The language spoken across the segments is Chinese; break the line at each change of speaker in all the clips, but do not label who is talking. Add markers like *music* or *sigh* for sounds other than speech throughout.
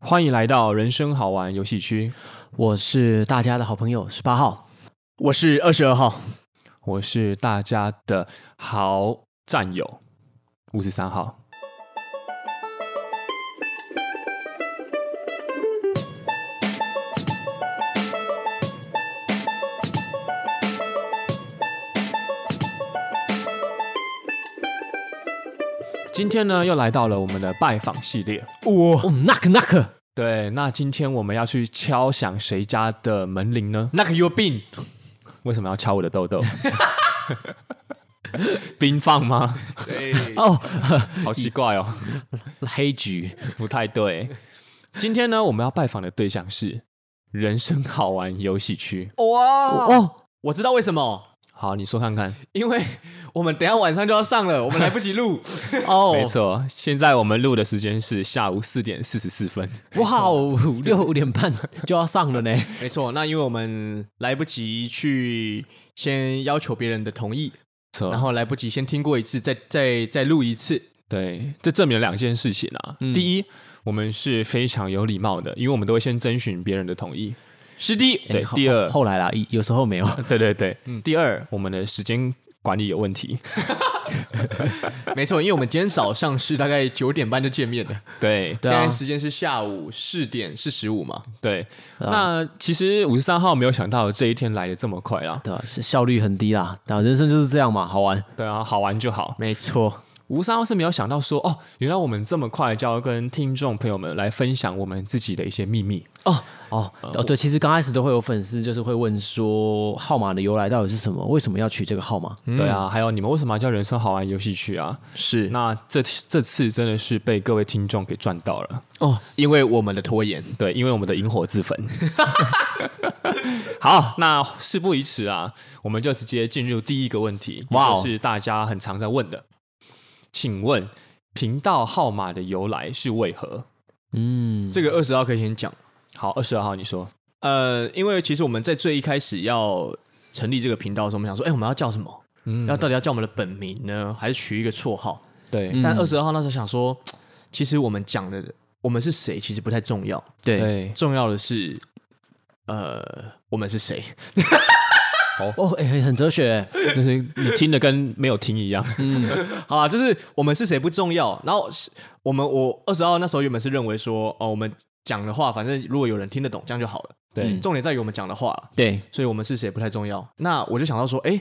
欢迎来到人生好玩游戏区，
我是大家的好朋友十八号，
我是二十二号，
我是大家的好战友五十三号。今天呢，又来到了我们的拜访系列。
我
哦，knock knock，
对，那今天我们要去敲响谁家的门铃呢？
那个有病，
为什么要敲我的豆 *laughs* 豆？冰放吗？
哎
哦，
*laughs* 好奇怪 *laughs* 哦，
黑局，
不太对。今天呢，我们要拜访的对象是人生好玩游戏区。
哇！
哦，
我知道为什么，
好，你说看看。
因为我们等一下晚上就要上了，我们来不及录。
哦，
没，错，现在我们录的时间是下午四点四十四分。
哇哦，六点半就要上了呢，
没错，那因为我们来不及去先要求别人的同意，
哦
错
然后来不及先听过一次，再再再录一次。
对，这证明了两件事情啊。第一，我们是非常有礼貌的，因为我们都会先征询别人的同意。
师弟，
对
哎后
第二
后来啦，有时候没有，
*laughs* 对对对。第二，我们的时间管理有问题。
没错，因为我们今天早上是大概九点半就见面的，
对
对啊
现在时间是下午四点四十五嘛。
对，那其实五十三号没有想到这一天来的这么快啊啦。
对吧？是效率很低啦，啊，人生就是这样嘛，好玩，
对啊，好玩就好。
没错，
五十三号是没有想到说，哦，原来我们这么快就要跟听众朋友们来分享我们自己的一些秘密。
哦，哦，对，其实刚开始都会有粉丝就是会问说号码的由来到底是什么，为什么要取这个号码？
对啊，还有你们为什么要叫人生好玩游戏区啊？
是
那这这次真的是被各位听众给赚到了。
哦，因为我们的拖延。
对，因为我们的引火自焚。 *laughs* 好，那事不宜迟啊，我们就直接进入第一个问题，
哇
哇，
哦
是大家很常在问的，请问频道号码的由来是为何？
嗯，
这个二十号可以先讲。
好，二十二号你说，
呃，因为其实我们在最一开始要成立这个频道的时候，我们想说，哎、我们要叫什么？
嗯
要到底要叫我们的本名呢，还是取一个绰号？
对
嗯
但二十二号那时候想说，其实我们讲的我们是谁，其实不太重要，
对，
对，
重要的是，呃，我们是谁？
哦，哎，很很哲学，
就是你听的跟没有听一样。
好啦，就是我们是谁不重要。然后是我们我二十号那时候原本是认为说，哦，我们讲的话，反正如果有人听得懂，这样就好了。
对
嗯
重点在于我们讲的话啦
对，
所以我们是谁不太重要。那我就想到说，哎，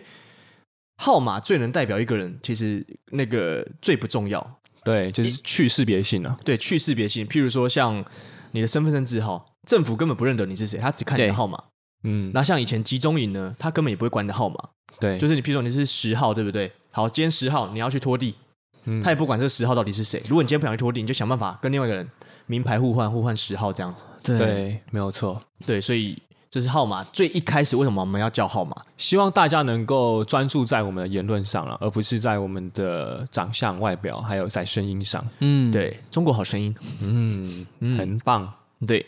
号码最能代表一个人，其实那个最不重要，
对，就是去识别性啊。
对，去识别性。譬如说像你的身份证字号，政府根本不认得你是谁，他只看你的
对
号码。
嗯，
那像以前集中营呢，他根本也不会管你的号码，
对，
就是是你譬如说你是十号，对不对？好，今天十号你要去拖地，
嗯
他也不管这十号到底是谁。如果你今天不想去拖地，你就想办法跟另外一个人名牌互换，互换十号这样子。
对，
对，没有错。
对，所以这是号码最一开始为什么我们要叫号码？
希望大家能够专注在我们的言论上了，而不是在我们的长相、外表，还有在声音上。
嗯，
对，中国好声音。
嗯，很棒。
对，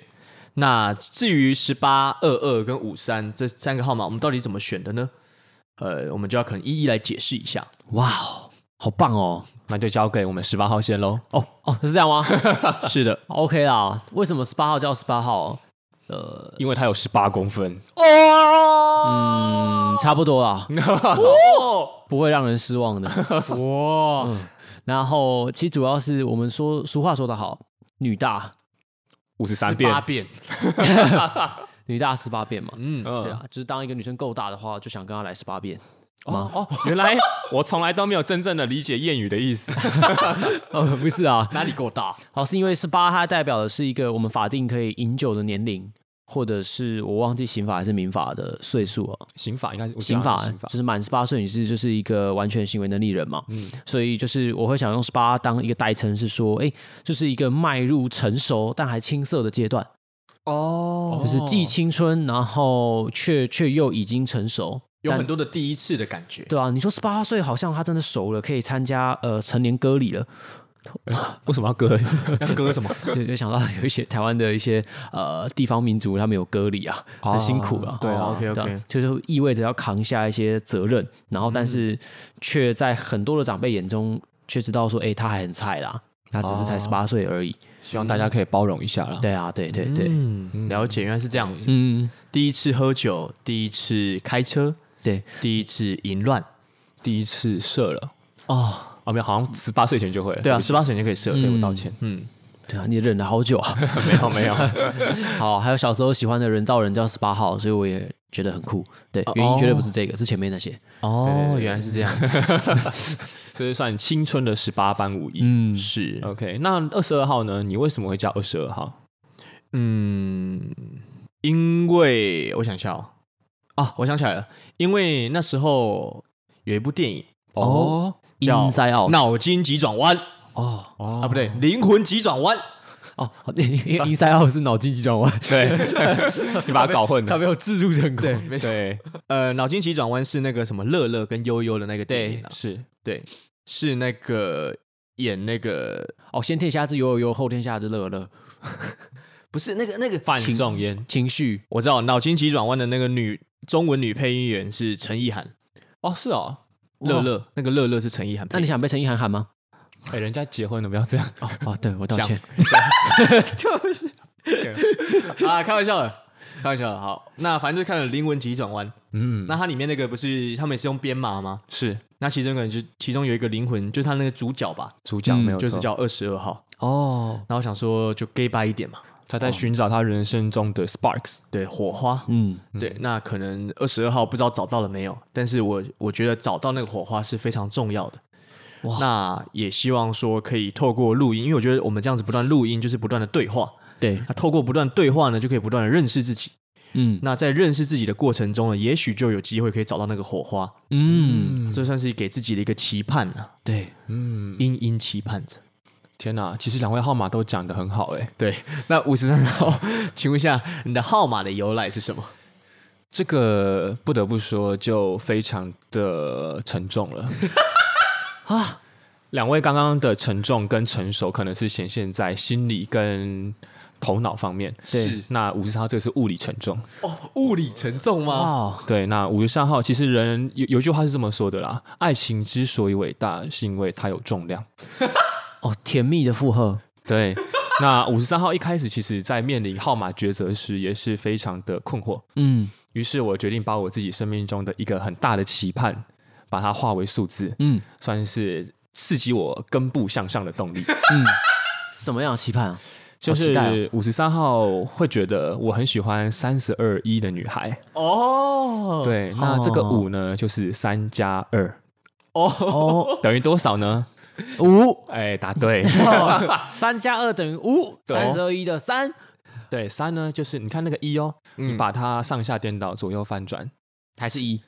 那至于十八、二二跟五三这三个号码，我们到底怎么选的呢？呃，我们就要可能一一来解释一下。
哇哦，好棒哦，
那就交给我们十八号线喽。
哦哦，是这样吗？
是的，
OK 啦，为什么十八号叫十八号？哦
因为它有十八公分。
嗯，差不多 *laughs* 啦，哦不会让人失望的。
哇，
然后其实主要是我们说俗话说得好，女大
五十
十
三遍
八，遍，
女大十八变嘛，
嗯，
对
嗯，
啊，就是当一个女生够大的话，就想跟她来十八变。
哦哦， *laughs* 原来我从来都没有真正的理解谚语的意思。
哦，不是啊，
哪里够大？
好，是因为十八它代表的是一个我们法定可以饮酒的年龄，或者是我忘记刑法还是民法的岁数啊，
*laughs* 刑法应该是我记得
刑法
好像是刑法
就，是满十八岁你是就是一个完全行为能力人嘛，所以就是我会想用十八当一个代称，是说，哎，就是一个迈入成熟但还青涩的阶段，
哦
就是既青春，然后却却又已经成熟，
有
但
很多的第一次的感觉。
对啊，你说十八岁好像他真的熟了，可以参加呃成年歌礼了，
为什么要割？
要歌什么？
对， *laughs* 就想到有一些台湾的一些呃地方民族，他们有歌礼啊，很辛苦了、
对啊
哦，OK
对啊
OK，
就是意味着要扛下一些责任，然后但是却在很多的长辈眼中却知道说，哎、他还很菜啦，他只是才
哦
十八岁而已。
*laughs* 希望大家可以包容一下啦。
对啊，对对对，
嗯，了解，原来是这样子。
嗯，
第一次喝酒，第一次开车，
对，
第一次淫乱，
*laughs* 第一次射了，
哦，
哦，没有，好像十八岁前就会了。
对啊，
哎不起
十八岁就可以射，
对
对
我
我
道
道
歉
歉。。嗯，
对啊，你忍了好久啊。 *laughs*
没有 *laughs* 没有，
好，还有小时候喜欢的人造人叫十八号，所以我也觉得很酷。对，原因绝对不是这个，是前面那些。
哦，原来是这样。
*laughs* 这是算青春的十八般武艺。
嗯，
是，
OK，那二十二号呢？你为什么会叫二十二号？
嗯，因为我想一下哦，啊，我想起来了，因为那时候有一部电影
哦
叫
Inside Out
《脑筋急转弯》
哦
哦
啊，不对，《灵魂急转弯》。
哦，因为 Inside Out 是脑筋急转弯，
对， *laughs* 你把它搞混
他
了。
没有置入成功。
对，没错。
对
呃，《脑筋急转弯》是那个什么乐乐跟悠悠的那个电影啊，
是
对，是那个演那个
哦，先天下之悠悠悠，后天下之乐有乐，
不是那个那个
范
情
仲淹。
情绪
我知道《脑筋急转弯》的那个女中文女配音员是陈意涵，
哦，是哦。
乐。乐那个乐乐是陈意涵配
那
音。
你想被陈意涵喊吗？
哎，人家结婚了，不要这样。
哦哦，对我道
想
歉。
*laughs* 啊，开玩笑的，开玩笑的。好，那反正就看了《灵魂急转弯》，
*laughs* 嗯，
那它里面那个不是他们也是用编码吗？
是
那其中可能就其中有一个灵魂，就是他那个主角吧，
主角
嗯
没有
就是
错
叫二十二号。
哦，
然后想说就 gay bye 一点嘛，
他在寻找他人生中的 sparks。
对，火花。
嗯，
对，那可能二十二号不知道找到了没有，但是我我觉得找到那个火花是非常重要的。
哇
那也希望说可以透过录音，因为我觉得我们这样子不断录音就是不断的对话，
对，
那透过不断对话呢，就可以不断的认识自己。
嗯
那在认识自己的过程中呢，也许就有机会可以找到那个火花，
嗯，
这算是给自己的一个期盼啊，
对，
嗯，
殷殷期盼着。
天哪，其实两位号码都讲的很好哎。
对，那五十三号，请问一下你的号码的由来是什么？
这个不得不说，就非常的沉重
*laughs*
了啊！两位刚刚的沉重跟成熟，可能是显现在心理跟头脑方面。
对
是
那五十三号这个是物理沉重，
哦，物理沉重吗？
哦，
对。那五十三号其实人有有一句话是这么说的啦：爱情之所以伟大，是因为它有重量。
哦，甜蜜的负荷，
对。那五十三号一开始，其实在面临号码抉择时，也是非常的困惑。
嗯
于是我决定把我自己生命中的一个很大的期盼，把它化为数字，
嗯
算是刺激我根部向上的动
*laughs*
力。
嗯，什么样的期盼啊？
就
好期待
是五十三号会觉得我很喜欢三十二一的女孩，
哦，
对，那这个五呢就是三加二 *laughs*
哦，
等于多少呢？
五
哎，答
*laughs*
对，
哦三加二等于五，
对
三十二一的三，
对，三呢就是你看那个一哦，
嗯
你把它上下颠倒，左右翻转，
还是一？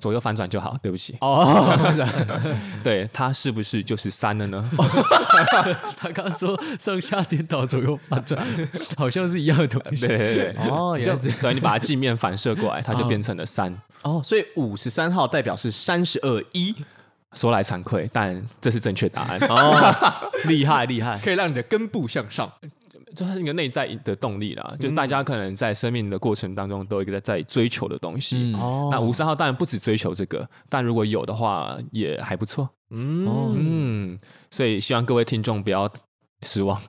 左右翻转就好，对不起，
哦
哦，
对，它是不是就是三了呢？
他刚刚说上下颠倒左右反转，好像是一样的东
对对对对。
哦，
你
原
就
来是
对你把它镜面反射过来，它就
嗯
变成了三。
哦，所以五十三号代表是三十二一，
说来惭愧，但这是正确答案。
哦，厉害厉害，
可以让你的根部向上。
*laughs* 就是一个内在的动力啦，就是
嗯
大家可能在生命的过程当中都有一个在在追求的东西。
嗯
哦
那五三号当然不只追求这个，但如果有的话也还不错。
哦
嗯，
嗯，所以希望各位听众不要失望，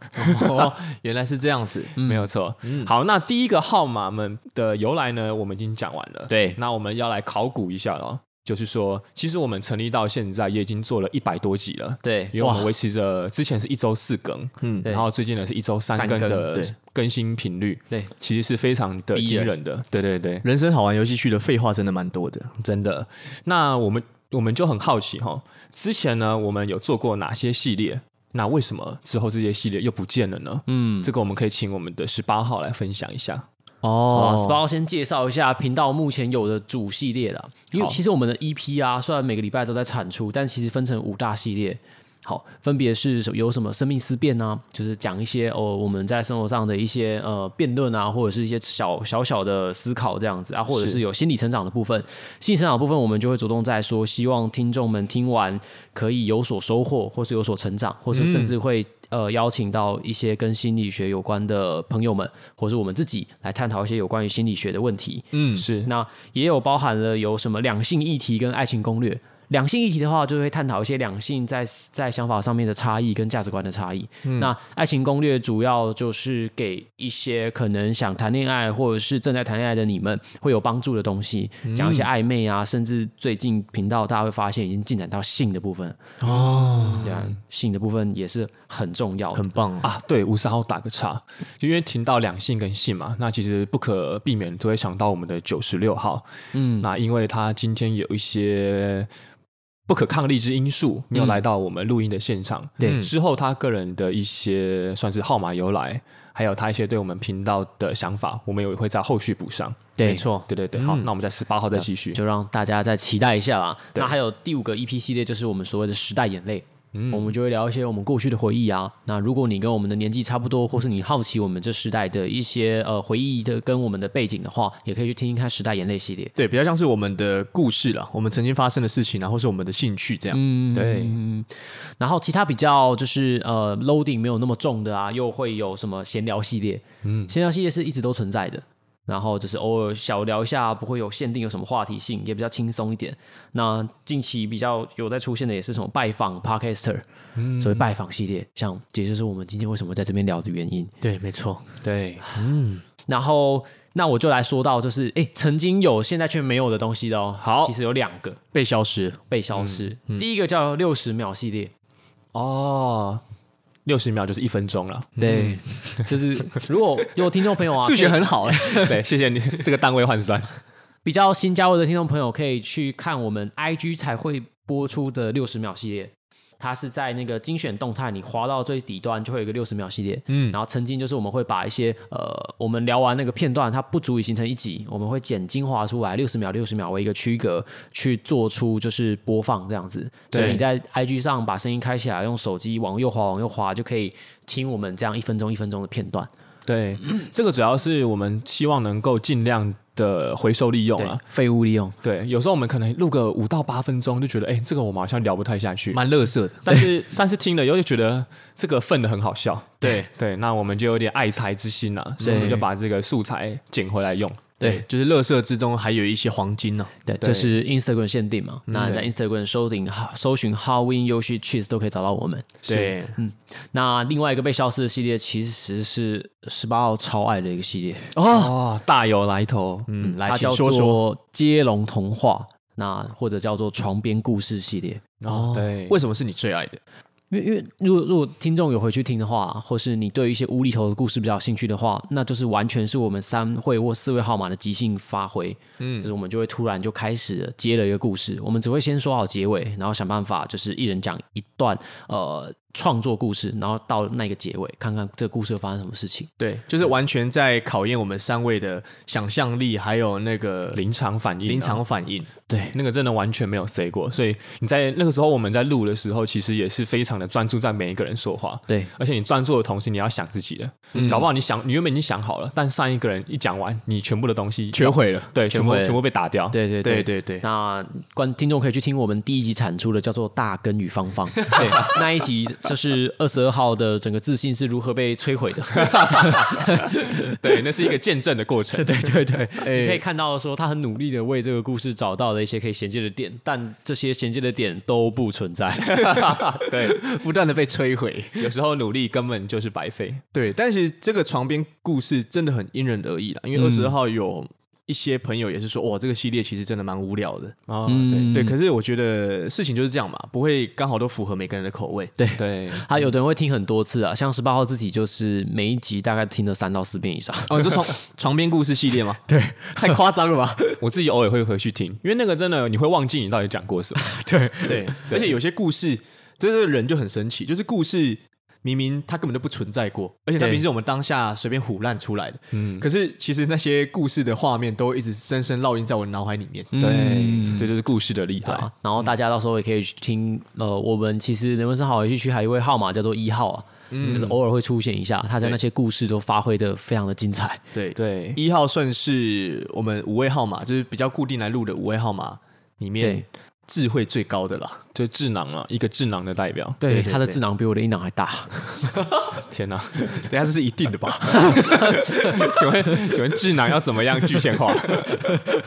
哦，原来是这样子。
嗯
没有错。好，那第一个号码们的由来呢，我们已经讲完了。
对
那我们要来考古一下了，就是说，其实我们成立到现在也已经做了一百多集了。
对
因为我们
哇
维持着之前是一周四更，
嗯
对
然后最近呢是一周三
三
更
更
的
对
更新频率，
对，
其实是非常的
逼
惊
人
人的，对对对，
人生好玩游戏区的废话真的蛮多的。
真的。那我们我们就很好奇哈，之前呢我们有做过哪些系列？那为什么之后这些系列又不见了呢？
嗯，
这个我们可以请我们的十八号来分享一下。
哦
哦
s p a l 先介绍一下频道目前有的主系列啦，因为
好
其实我们的 EP 啊，虽然每个礼拜都在产出，但其实分成五大系列。好，分别是什有什么生命思辨啊，就是讲一些哦我们在生活上的一些呃辩论啊，或者是一些小小小的思考这样子啊，或者
是
是有心理成长的部分。心理成长的部分，我们就会着重在说，希望听众们听完可以有所收获，或是有所成长，或是甚至会、呃邀请到一些跟心理学有关的朋友们，或是我们自己来探讨一些有关于心理学的问题。
嗯，是
那也有包含了有什么两性议题跟爱情攻略。两性议题的话，就会探讨一些两性在在想法上面的差异跟价值观的差异。
嗯
那《爱情攻略》主要就是给一些可能想谈恋爱或者是正在谈恋爱的你们会有帮助的东西，
嗯
讲一些暧昧啊，甚至最近频道大家会发现已经进展到性的部分哦，对啊，性的部分也是很重要的，
很棒啊！
啊，对，五十号打个岔，就因为听到两性跟性嘛，那其实不可避免都会想到我们的九十六号。嗯，那因为他今天有一些不可抗力之因素，没有来到我们录音的现场。
对
之后他个人的一些算是号码由来，还有他一些对我们频道的想法，我们也会在后续补上。
对，
没错，
对对对，好，那我们在十八号再继续。
就让大家再期待一下啦。
对
那还有第五个 EP 系列，就是我们所谓的时代眼泪。
嗯
我们就会聊一些我们过去的回忆啊。那如果你跟我们的年纪差不多，或是你好奇我们这时代的一些呃回忆的跟我们的背景的话，也可以去听一看《时代眼泪》系列。
对，比较像是我们的故事了，我们曾经发生的事情，然后是我们的兴趣这样。
嗯，
对
然后其他比较就是呃 loading 没有那么重的啊，又会有什么闲聊系列，嗯，闲聊系列是一直都存在的。然后就是偶尔小聊一下，不会有限定有什么话题性，也比较轻松一点。那近期比较有在出现的也是什么拜访 podcaster，、所谓拜访系列，像这就是我们今天为什么在这边聊的原因。
对，没错，
对，
然后那我就来说到就是，哎，曾经有现在却没有的东西的哦。
好
其实有两个
被消失。
被消失，
嗯
第一个叫六十秒系列，
哦，六十秒就是一分钟了。
对，嗯就是如果有听众朋友啊，
数学
可以
很好
*laughs*
哎、
对，谢谢你这个单位换算。
比较新加入的听众朋友，可以去看我们 IG 才会播出的六十秒系列。它是在那个精选动态，你滑到最底端就会有一个六十秒系列，嗯，然后曾经就是我们会把一些呃，我们聊完那个片段，它不足以形成一集，我们会剪精华出来，六十秒、六十秒为一个区隔去做出就是播放这样子。
对
所以你在 IG 上把声音开起来，用手机往右滑，往右滑就可以听我们这样一分钟、一分钟的片段。
对，这个主要是我们希望能够尽量的回收利用
对
啊。，
废物利用。
对，有时候我们可能录个五到八分钟，就觉得哎、这个我们好像聊不太下去。
蛮乐色的。
但是但是听了又觉得这个分的很好笑。
对
对，那我们就有点爱才之心了、所以我们
对
就把这个素材捡回来用。
对，就是乐色之中还有一些黄金呢、
对，
对
这是 Instagram 限定嘛？
嗯
那你在 Instagram 搜寻搜寻 Howin Yoshi Cheese 都可以找到我们。
对，嗯
那另外一个被消失的系列其实是十八号超爱的一个系列，
哦，大有来头。
嗯，来，
它
请
叫
说说。
做接龙童话，那或者叫做床边故事系列。
哦，对，
为什么是你最爱的？
因为因为如果如果听众有回去听的话，或是你对于一些无厘头的故事比较有兴趣的话，那就是完全是我们三位或四位号码的即兴发挥。嗯，就是我们就会突然就开始了接了一个故事，我们只会先说好结尾，然后想办法就是一人讲一段呃创作故事，然后到那个结尾看看这个故事会发生什么事情。
对，就是完全在考验我们三位的想象力，还有那个
临场反应、啊
临场反 *laughs* 应。
对，
那个真的完全没有 say 过，所以你在那个时候我们在录的时候，其实也是非常的专注在每一个人说话，
对，
而且你专注的同时，你要想自己的，搞不好你想你原本已经想好了，但上一个人一讲完，你全部的东西
全毁了
对，全部
全毁了
全部被打掉，
对对
*laughs* 对对对，
那观听众可以去听我们第一集产出的叫做《大根与芳芳》，对，那一集就是二十二号的整个自信是如何被摧毁的。
对，那是一个见证的过程，对对对，
你可以看到说他很努力的为这个故事找到了一些可以衔接的点，但这些衔接的点都不存 *laughs* 在。
对， *laughs* 不断的被摧毁。
有时候努力根本就是白费，
对，但其实这个床边故事真的很因人而异啦，因为二十号有一些朋友也是说，哇，这个系列其实真的蛮无聊的。
哦，
嗯
对，可是我觉得事情就是这样嘛，不会刚好都符合每个人的口味。
对
对对，
他有的人会听很多次啊，像十八号自己就是每一集大概听了三到四遍以上。
哦，你说床
*laughs*
床边故事系列吗？对，太夸张了吧？
我自己偶尔会回去听，因为那个真的你会忘记你到底讲过什么，对
对，而且有些故事，这个人就很神奇，就是故事明明它根本就不存在过，而且它
对
明明是我们当下随便胡乱出来的，嗯，可是其实那些故事的画面都一直深深烙印在我脑海里
嗯
面。
对，这就是故事的厉
对
害
啊，然后大家到时候也可以去听，呃，我们其实人文生好有趣区还有一位号码叫做一号啊，就是偶尔会出现一下，他在那些故事都发挥的非常的精彩。
对对，
对，
一号算是我们五位号码，就是比较固定来录的五位号码里面
对
智慧最高的啦。
就智囊啊，一个智囊的代表。
对，
对
他的
对
智囊比我的阴囊还大。
天哪、
等一下这是一定的吧？
*laughs*
*laughs* 请问，请问智囊要怎么样具现化？ *laughs*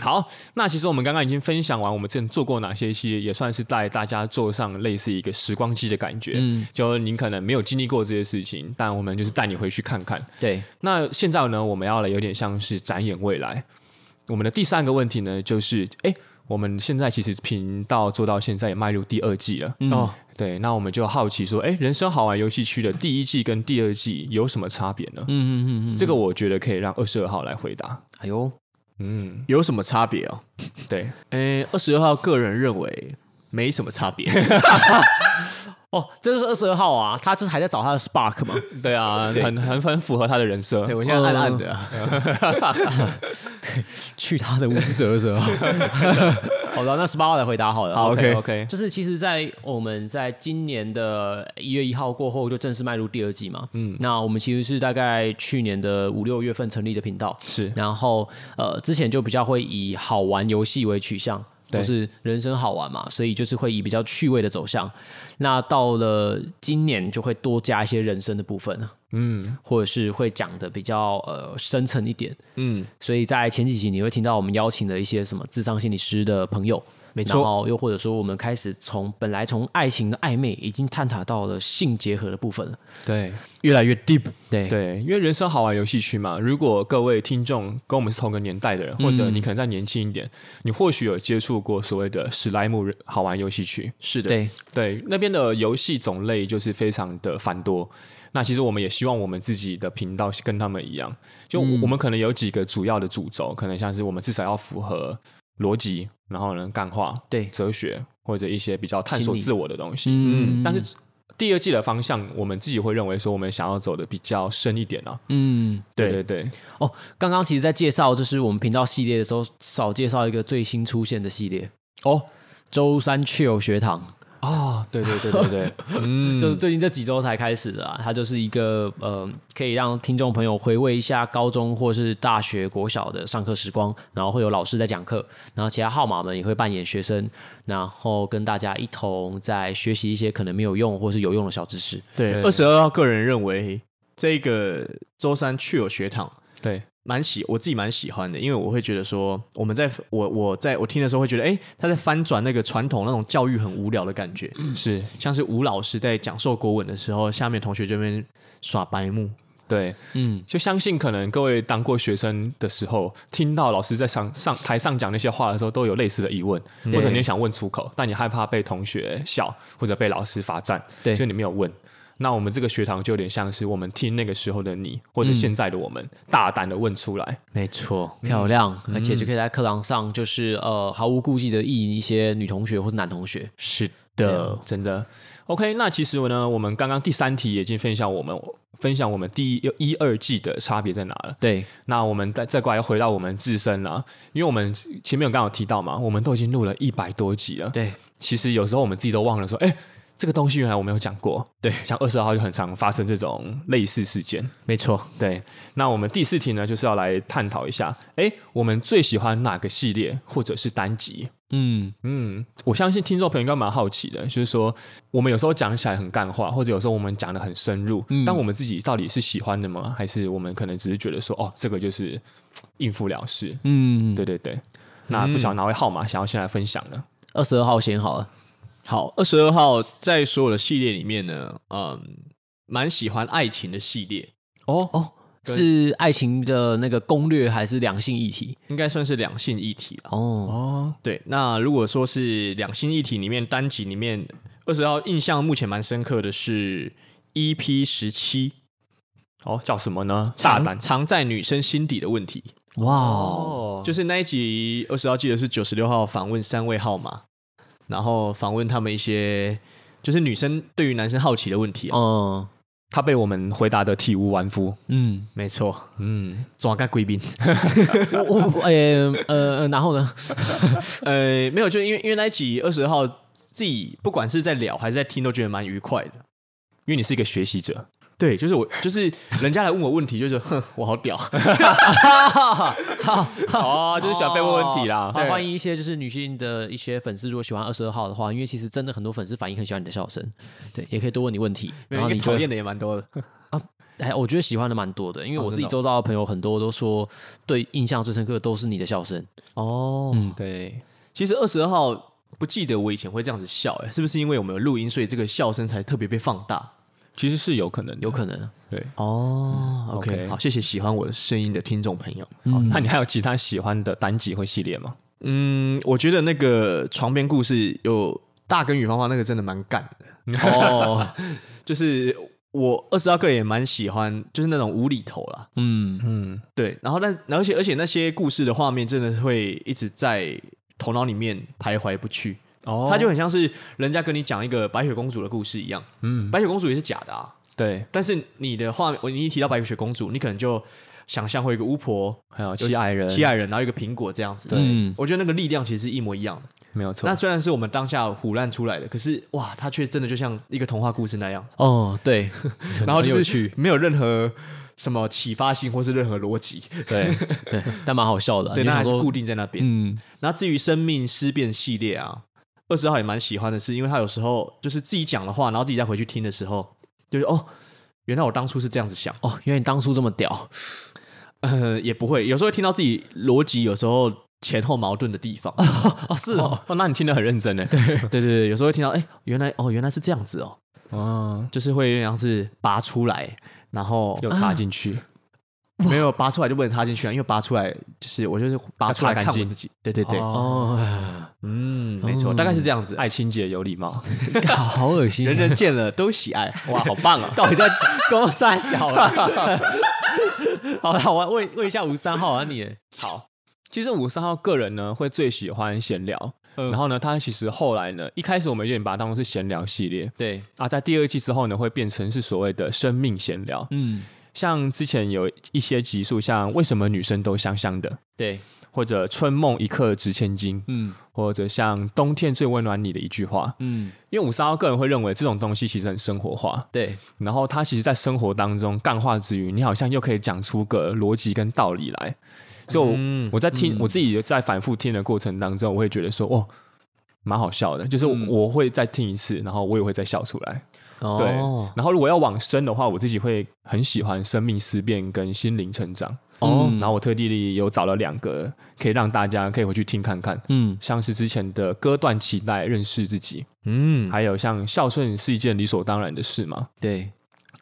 好，那其实我们刚刚已经分享完我们之前做过哪些一些，也算是带大家坐上类似一个时光机的感觉。嗯，就您可能没有经历过这些事情，但我们就是带你回去看看。
对，
那现在呢，我们要来有点像是展演未来。我们的第三个问题呢，就是哎、诶我们现在其实频道做到现在也迈入第二季了。
嗯
哦，
对，那我们就好奇说，哎、人生好玩游戏区的第一季跟第二季有什么差别呢？
嗯嗯嗯嗯，
这个我觉得可以让二十二号来回答。
哎呦，
嗯，
有什么差别哦？
对，
哎
诶，二十二号个人认为没什么差别。
哦，这就是二十二号啊，他这还在找他的 Spark 嘛？
对啊，很很很符合他的人设
*laughs* 对，。我现在暗暗的啊、
去他的无知者二十二号。 *laughs* 好的，那十八号来回答好了。
好
OK
OK
OK，
就是其实，在我们在今年的一月一号过后，就正式迈入第二季嘛。嗯，那我们其实是大概去年的五六月份成立的频道，
是
然后呃，之前就比较会以好玩游戏为取向，
对
就是人生好玩嘛，所以就是会以比较趣味的走向。那到了今年就会多加一些人生的部分啊，嗯，或者是会讲的比较呃深层一点，嗯，所以在前几集你会听到我们邀请的一些什么智商心理师的朋友。
没
然
错
后又或者说，我们开始从本来从爱情的暧昧，已经探讨到了性结合的部分了。
对
越来越 deep。
对
对，因为人生好玩游戏区嘛。如果各位听众跟我们是同个年代的人，或者你可能再年轻一点，你或许有接触过所谓的史莱姆人好玩游戏区。
是的，
对，
对，那边的游戏种类就是非常的繁多。那其实我们也希望我们自己的频道是跟他们一样，就我我们可能有几个主要的主轴，可能像是我们至少要符合逻辑，然后呢，干话、
对
哲学或者一些比较探索
心理
自我的东西。
嗯
但是第二季的方向，我们自己会认为说，我们想要走的比较深一点啊。
嗯，
对对，
哦，刚刚其实，在介绍就是我们频道系列的时候，少介绍一个最新出现的系列哦，周三去游学堂，
啊，对对对对对，
就是最近这几周才开始的、啊，它就是一个呃，可以让听众朋友回味一下高中或是大学、国小的上课时光，然后会有老师在讲课，然后其他号码们也会扮演学生，然后跟大家一同在学习一些可能没有用或是有用的小知识。
对，二十二号个人认为这个周三去有学堂
对
蛮喜，我自己蛮喜欢的，因为我会觉得说，我们在我我在我听的时候会觉得，哎，他在翻转那个传统那种教育很无聊的感觉，
*laughs* 是，
像是吴老师在讲授国文的时候，下面同学这边耍白目，
对，嗯，就相信可能各位当过学生的时候，听到老师在上上台上讲那些话的时候，都有类似的疑问，或者你也想问出口，但你害怕被同学笑或者被老师罚站，
对
所以你没有问。那我们这个学堂就有点像是我们听那个时候的你，或者现在的我们，大胆的问出来。
没错，
嗯漂亮，而且就可以在课堂上，就是呃毫无顾忌的意淫一些女同学或是男同学。
是的，
真的。OK，那其实呢，我们刚刚第三题已经分享我们分享我们第一一二季的差别在哪了。
对，
那我们再再过来回到我们自身了，因为我们前面有刚好提到嘛，我们都已经录了一百多集了。
对，
其实有时候我们自己都忘了说，哎、这个东西原来我没有讲过。
对
像二十二号就很常发生这种类似事件。
没错，
对，那我们第四题呢，就是要来探讨一下，哎、我们最喜欢哪个系列或者是单集？
嗯，
嗯，我相信听众朋友应该蛮好奇的，就是说我们有时候讲起来很干话，或者有时候我们讲的很深入，但我们自己到底是喜欢的吗？还是我们可能只是觉得说，哦，这个就是嘖应付了事？
嗯，
对对对。那不晓得哪位号码想要先来分享呢？
二十二号先好了。
好，二十二号在所有的系列里面呢，嗯，蛮喜欢爱情的系列，
哦哦，
对
是爱情的那个攻略还是两性议题？
应该算是两性议题了。
哦，
哦，
对，那如果说是两性议题里面单集里面，二十号印象目前蛮深刻的是 EP 十七，
哦，叫什么呢？大胆
藏在女生心底的问题，
哇哦，
哦，
就是那一集二十号记得是九十六号访问三位号码，然后访问他们一些就是女生对于男生好奇的问题啊。
嗯
他被我们回答的体无完肤。
嗯，
没错，
嗯，
抓个 *laughs* 贵宾。嗯
我我诶呃，呃然后呢？
呃，没有，就因为因为那一集二十号自己不管是在聊还是在听，都觉得蛮愉快的。
因为你是一个学习者，
对，就是我，就是人家来问我问题，就是哼，我好屌，
哦，就是喜欢被问问题啦。
欢欢迎一些就是女性的一些粉丝，如果喜欢二十二号的话，因为其实真的很多粉丝反应很喜欢你的笑声，对，也可以多问你问题，
没
然
有
后
因
你
为
就
讨
会
厌的也蛮多的。
哎，我觉得喜欢的蛮多的，因为
哦
我自己
真的
周遭的朋友很多都说对印象最深刻的都是你的笑声，
哦，对，其实二十二号不记得我以前会这样子笑、哎，是不是因为我们有录音，所以这个笑声才特别被放大？
其实是有可能的，
有可
*laughs*
能
对。
哦、o k
OK
好，谢谢喜欢我的声音的听众朋友。
好那你还有其他喜欢的单集或系列吗？
嗯，我觉得那个床边故事有大跟雨芳芳那个真的蛮干的哦，就是我二十二个人也蛮喜欢，就是那种无厘头啦。
嗯，
嗯，
对，然后但然后而且而且那些故事的画面真的会一直在头脑里面徘徊不去，
哦
它就很像是人家跟你讲一个白雪公主的故事一样。嗯，白雪公主也是假的啊，
对，
但是你的画面，你一提到白雪公主，你可能就想象会有一个巫婆、
还有七矮人，
七矮人，然后一个苹果这样子。
对
嗯
我觉得那个力量其实是一模一样的。
没有错
那。虽然是我们当下胡乱出来的，可是哇，它却真的就像一个童话故事那样，
哦，对，
然后
很
就
有
是
趣
没有任何什么启发性或是任何逻辑，
*laughs* 对，
对，但蛮好笑的啊，
对，
你
那
想
还是
说
固定在那边。
嗯，
那至于生命思辨系列啊，二十号也蛮喜欢的是，因为他有时候就是自己讲的话，然后自己再回去听的时候，就是哦，原来我当初是这样子想，
哦，原来你当初这么屌，
呃， *laughs* 也不会，有时候会听到自己逻辑有时候前后矛盾的地方，
哦，是哦，
哦，那你听得很认真呢。对，
对对对，有时候会听到，哎、原来哦，原来是这样子哦，
哦，
就是会有点像是拔出来。然后
又插进去，
*laughs* 没有拔出来就不能插进去啊，因为拔出来就是我就是拔出来
要擦干
看我
净
自己，对对对，
哦，
哦，
嗯，没错，大概是这样子。
爱清洁有礼貌，
*laughs* 好恶心，啊
人人见了都喜 *laughs* 爱，
哇，好棒啊！
到底在勾三小
*laughs*
了？好了，我问问一下吴三号啊，你
好，其实五三号个人呢会最喜欢闲聊，然后呢，他其实后来呢，一开始我们有点把它当做是闲聊系列
对，
啊，在第二季之后呢，会变成是所谓的生命闲聊。
嗯，
像之前有一些集数，像为什么女生都香香的，
对，
或者春梦一刻值千金，
嗯
或者像冬天最温暖你的一句话。
嗯，
因为五三号个人会认为这种东西其实很生活化，
对，
然后它其实，在生活当中干话之余，你好像又可以讲出个逻辑跟道理来。所以我，
嗯
我在听、我自己在反复听的过程当中，我会觉得说，哦，蛮好笑的。就是我,、会再听一次，然后我也会再笑出来。对，
嗯哦
然后如果要往深的话，我自己会很喜欢生命思辨跟心灵成长。嗯
哦
然后我特地有找了两个，可以让大家可以回去听看看，
嗯
像是之前的割断脐带认识自己，
嗯，
还有像孝顺是一件理所当然的事嘛。
对，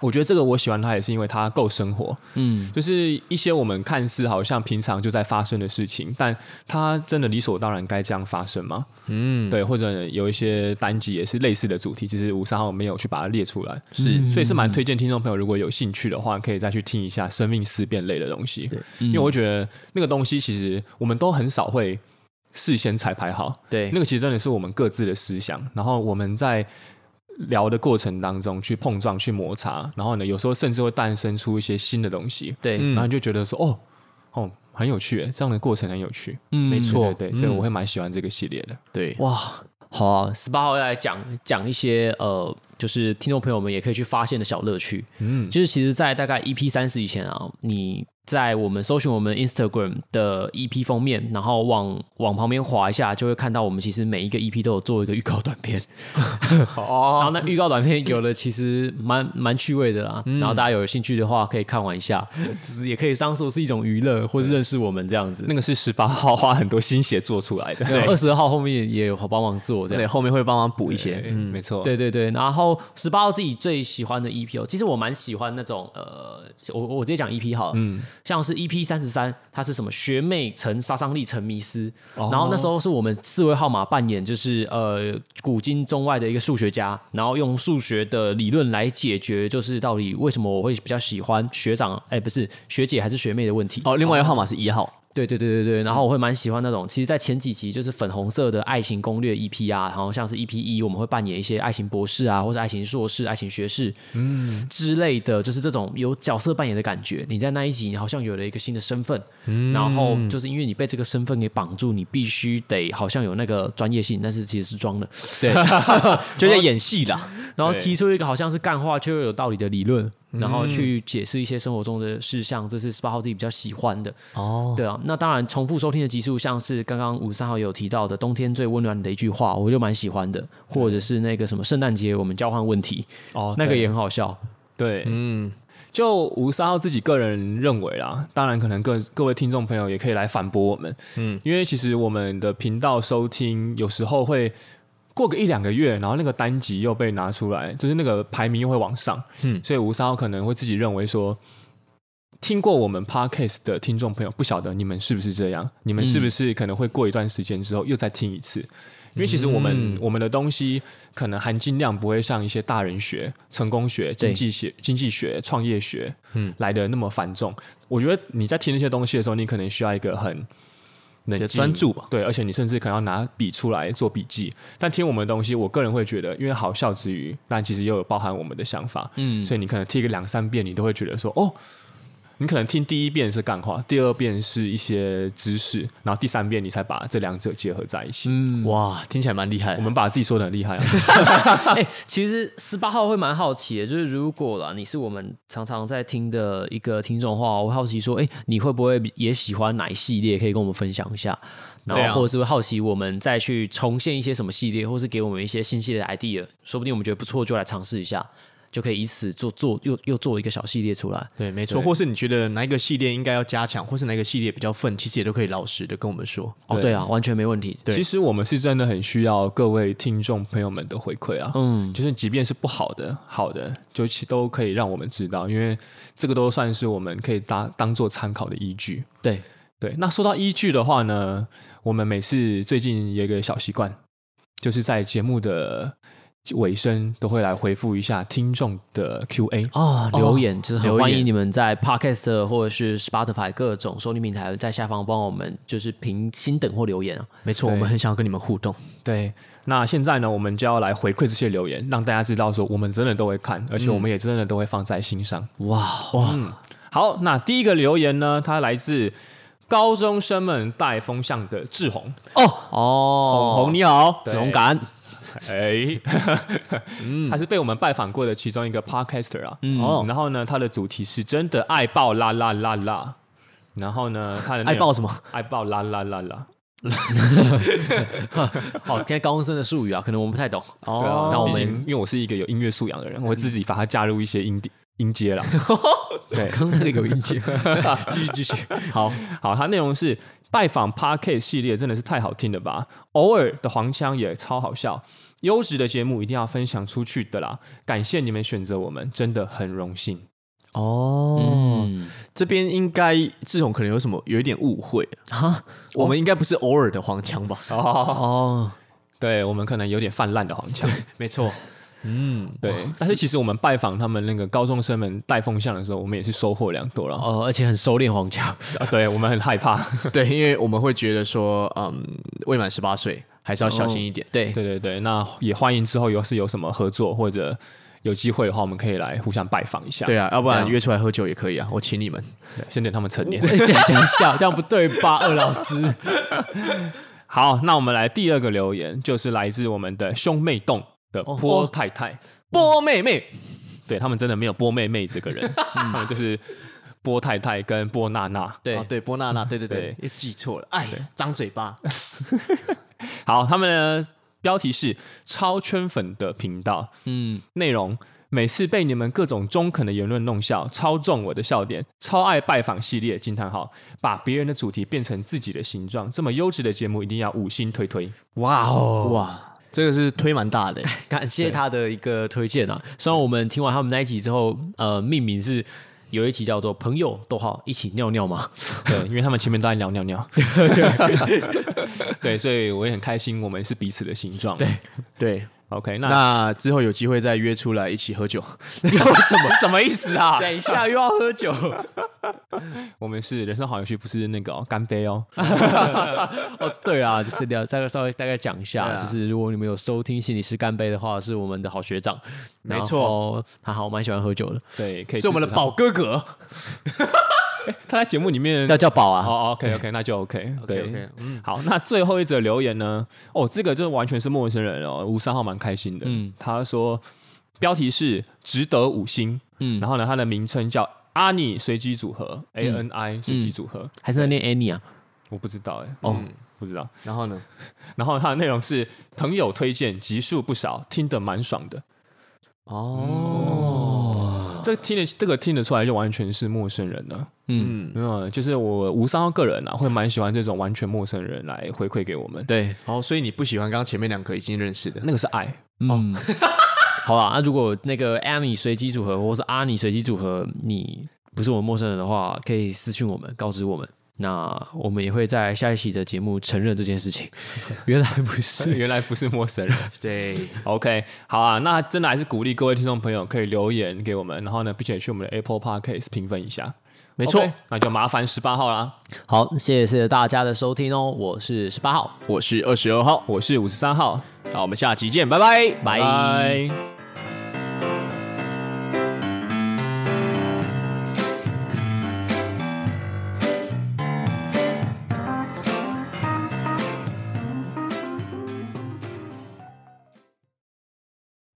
我觉得这个我喜欢它，也是因为它够生活，
嗯
就是一些我们看似好像平常就在发生的事情，但它真的理所当然该这样发生吗？
嗯，
对，或者有一些单集也是类似的主题，只是五三号没有去把它列出来，
是
所以是蛮推荐听众朋友，如果有兴趣的话，可以再去听一下生命思辨类的东西，因为我觉得那个东西其实我们都很少会事先彩排好，
对
那个其实真的是我们各自的思想，然后我们在。聊的过程当中去碰撞、去摩擦，然后呢，有时候甚至会诞生出一些新的东西，
对，
嗯
然后你就觉得说，哦，哦，很有趣耶，这样的过程很有趣，
嗯，
没错
对对对，所以我会蛮喜欢这个系列的。
对，
哇，好啊，十八号要来讲讲一些呃，就是听众朋友们也可以去发现的小乐趣。嗯，就是其实，在大概 EP 三十以前啊，你在我们搜寻我们 Instagram 的 EP 封面，然后往往旁边滑一下，就会看到我们其实每一个 EP 都有做一个预告短片。然后那预告短片有的其实蛮蛮趣味的啦，然后大家有兴趣的话可以看完一下，就是也可以当做是一种娱乐，或是认识我们这样子。
那个是十八号花很多心血做出来的，
对，二十号后面也有帮忙做这样
对，。后面会帮忙补一些。
对，
嗯
没错，
对对对，然后十八号自己最喜欢的 EP 哦，其实我蛮喜欢那种呃，我我直接讲 EP 好了，嗯，像是 EP 三十三，它是什么学妹成杀伤力成迷失，然后那时候是我们四位号码扮演就是呃古今中外的一个数学家，然后用数学的理论来解决就是到底为什么我会比较喜欢学长，哎不是学姐还是学妹的问题，
哦，另外一个号码是一号，
对对对对对，然后我会蛮喜欢那种，其实，在前几集就是粉红色的爱情攻略 EP 啊，然后像是 EP 一，我们会扮演一些爱情博士啊，或者爱情硕士、爱情学士，嗯之类的，就是这种有角色扮演的感觉。你在那一集，你好像有了一个新的身份，然后就是因为你被这个身份给绑住，你必须得好像有那个专业性，但是其实是装的。
对，就在演戏啦。
然后提出一个好像是干话却又有道理的理论，然后去解释一些生活中的事项，这是十八号自己比较喜欢的。
哦，
对啊，那当然，重复收听的集数，像是刚刚五十三号也有提到的“冬天最温暖”的一句话，我就蛮喜欢的，或者是那个什么圣诞节我们交换问题，
哦
那个也很好笑。
对，
嗯，
就吴三号自己个人认为啦，当然可能各各位听众朋友也可以来反驳我们，嗯，因为其实我们的频道收听有时候会过个一两个月，然后那个单集又被拿出来，就是那个排名又会往上，嗯
嗯，
所以吴三号可能会自己认为说。听过我们 podcast 的听众朋友，不晓得你们是不是这样？你们是不是可能会过一段时间之后又再听一次？因为其实我们、我们的东西可能含金量不会像一些大人学、成功学、经济学、经济学、创业学，嗯，来的那么繁重。我觉得你在听那些东西的时候，你可能需要一个很冷静
比较专注吧，
对，而且你甚至可能要拿笔出来做笔记。但听我们的东西，我个人会觉得，因为好笑之余，那其实又有包含我们的想法，嗯，所以你可能听个两三遍，你都会觉得说，哦。你可能听第一遍是干话，第二遍是一些知识，然后第三遍你才把这两者结合在一起。
嗯哇，听起来蛮厉害
我。们把自己说的很厉
*laughs*
害、啊，
*laughs* 哎、其实十八号会蛮好奇的，就是如果啦，你是我们常常在听的一个听众的话，我会好奇说，哎、你会不会也喜欢哪一系列？可以跟我们分享一下，
对
然
啊
后或者是会好奇我们再去重现一些什么系列，或是给我们一些新系列的 idea，说不定我们觉得不错，就来尝试一下，就可以以此做做又又做一个小系列出来。
对，没错，或是你觉得哪一个系列应该要加强，或是哪一个系列比较愤，其实也都可以老实的跟我们说。
哦，对啊，完全没问题。
对
其实我们是真的很需要各位听众朋友们的回馈啊，
嗯，
就是即便是不好的、好的，就其都可以让我们知道，因为这个都算是我们可以当当做参考的依据。
对，
对，那说到依据的话呢，我们每次最近有一个小习惯，就是在节目的尾声都会来回复一下听众的 Q&A。
哦，留言、就是很
留
欢迎
言
你们在 Podcast 或者是 Spotify 各种收听平台在下方帮我们就是评星等或留言啊。
没错，
对
我们很想要跟你们互动。
对，那现在呢，我们就要来回馈这些留言，让大家知道说我们真的都会看，而且我们也真的都会放在心上。
哇，
嗯
好，那第一个留言呢，它来自高中生们带风向的志宏。
哦，
红红你好，
对
子龙感
哎， *laughs* 他是被我们拜访过的其中一个 podcaster 啊。
哦
然后呢，他的主题是真的爱爆啦啦啦啦。然后呢，他的内
爱
容
爆什么？
爱爆啦啦啦啦。
哦，现在高中生的术语啊，可能我们不太懂。
哦
对啊
那我
毕
们
竟因为我是一个有音乐素养的人，我会自己把它加入一些音底音阶
*laughs*
啦。对，
刚刚那个有音节，
继续继续。
好，
好，它内容是拜访 Parket 系列真的是太好听了吧，偶尔的黄腔也超好笑，优质的节目一定要分享出去的啦，感谢你们选择我们，真的很荣幸。
哦，
*laughs* 嗯，
这边应该志宏可能有什么有一点误会
啊，
我们应该不是偶尔的黄腔吧？
哦，
哦，
对我们可能有点泛滥的黄腔，
*laughs* 没错，嗯，
对，但是其实我们拜访他们那个高中生们带风向的时候，我们也是收获良多了。
哦，而且很收敛黄腔，
啊对我们很害怕，
*laughs*
*laughs*
对，因为我们会觉得说，嗯，未满十八岁还是要小心一点。
对，
对对对，那也欢迎之后要是有什么合作或者有机会的话，我们可以来互相拜访一下，
对啊，要不然
对啊
约出来喝酒也可以啊，我请你们。
对先等他们成
*laughs*
年。
哎等一下，这样不对吧， *laughs* 二老师？
*laughs* 好，那我们来第二个留言，就是来自我们的兄妹洞的
哦
波太太、波妹妹。对他们真的没有波妹妹这个人，他们就是波太太跟波娜
*laughs*
娜。
对
啊，对，波娜娜，对对
对
对，又记错了，哎呀，张嘴巴，
好，他们的标题是超圈粉的频道，
嗯，
内容每次被你们各种中肯的言论弄笑，超中我的笑点，超爱拜访系列惊叹号，把别人的主题变成自己的形状，这么优质的节目一定要五星推推。
哇哦，
哇，这个是推蛮大 *laughs* 的，
感谢他的一个推荐啊。虽然我们听完他们那一集之后，呃，命名是有一集叫做“朋友”，逗号一起尿尿嘛。
*laughs* 对，因为他们前面都在聊尿尿。对，所以我也很开心，我们是彼此的形状。对
对。
，OK，那 *laughs*
那之后有机会再约出来一起喝酒，
什么什么意思啊？
一下又要喝 *laughs* 酒
我们是人生好游戏，不是那个、哦、干杯哦。
哦，对啊，就是聊大概稍微大概讲一下，
对啊
就是如果你们有收听心理师干杯的话，是我们的好学长，
没错，
他好，我蛮喜欢喝酒的，
对，可以
是我们的
支持他。
宝哥哥。
他在节目里面
要叫宝啊，
哦，OK OK，那就 OK。对
OK，，
嗯，好，那最后一则留言呢？哦，这个就完全是陌生人哦，吴三号蛮开心的。嗯，他说标题是值得五星，
嗯
然后呢，它的名称叫阿尼随机组合 A N I 随机组合，
还是在念 Annie 啊？
我不知道哎、
哦
嗯不知道。
然后呢？
然后它的内容是朋友推荐，集数不少，听得蛮爽的。
哦，
这个听得这个听得出来就完全是陌生人了。
嗯，
嗯，
嗯，就是我无伤个人啊，会蛮喜欢这种完全陌生人来回馈给我们。
对，
好，所以你不喜欢刚刚前面两个已经认识的，
那个是爱，
嗯，好啦，那如果那个 Annie 随机组合或是 Annie 随机组合，你不是我们陌生人的话，可以私信我们，告知我们。那我们也会在下一期的节目承认这件事情，原来不是。
*laughs* 原来不是陌生人。
对，
*laughs* OK，好啊，那真的还是鼓励各位听众朋友可以留言给我们，然后呢，并且去我们的 Apple Podcast 评分一下。
没错
OK，那就麻烦十八号啦。
好，谢谢大家的收听哦，我是十八号，
我是二十二号，
我是五十三号，
好，我们下期见，拜拜，
拜
拜。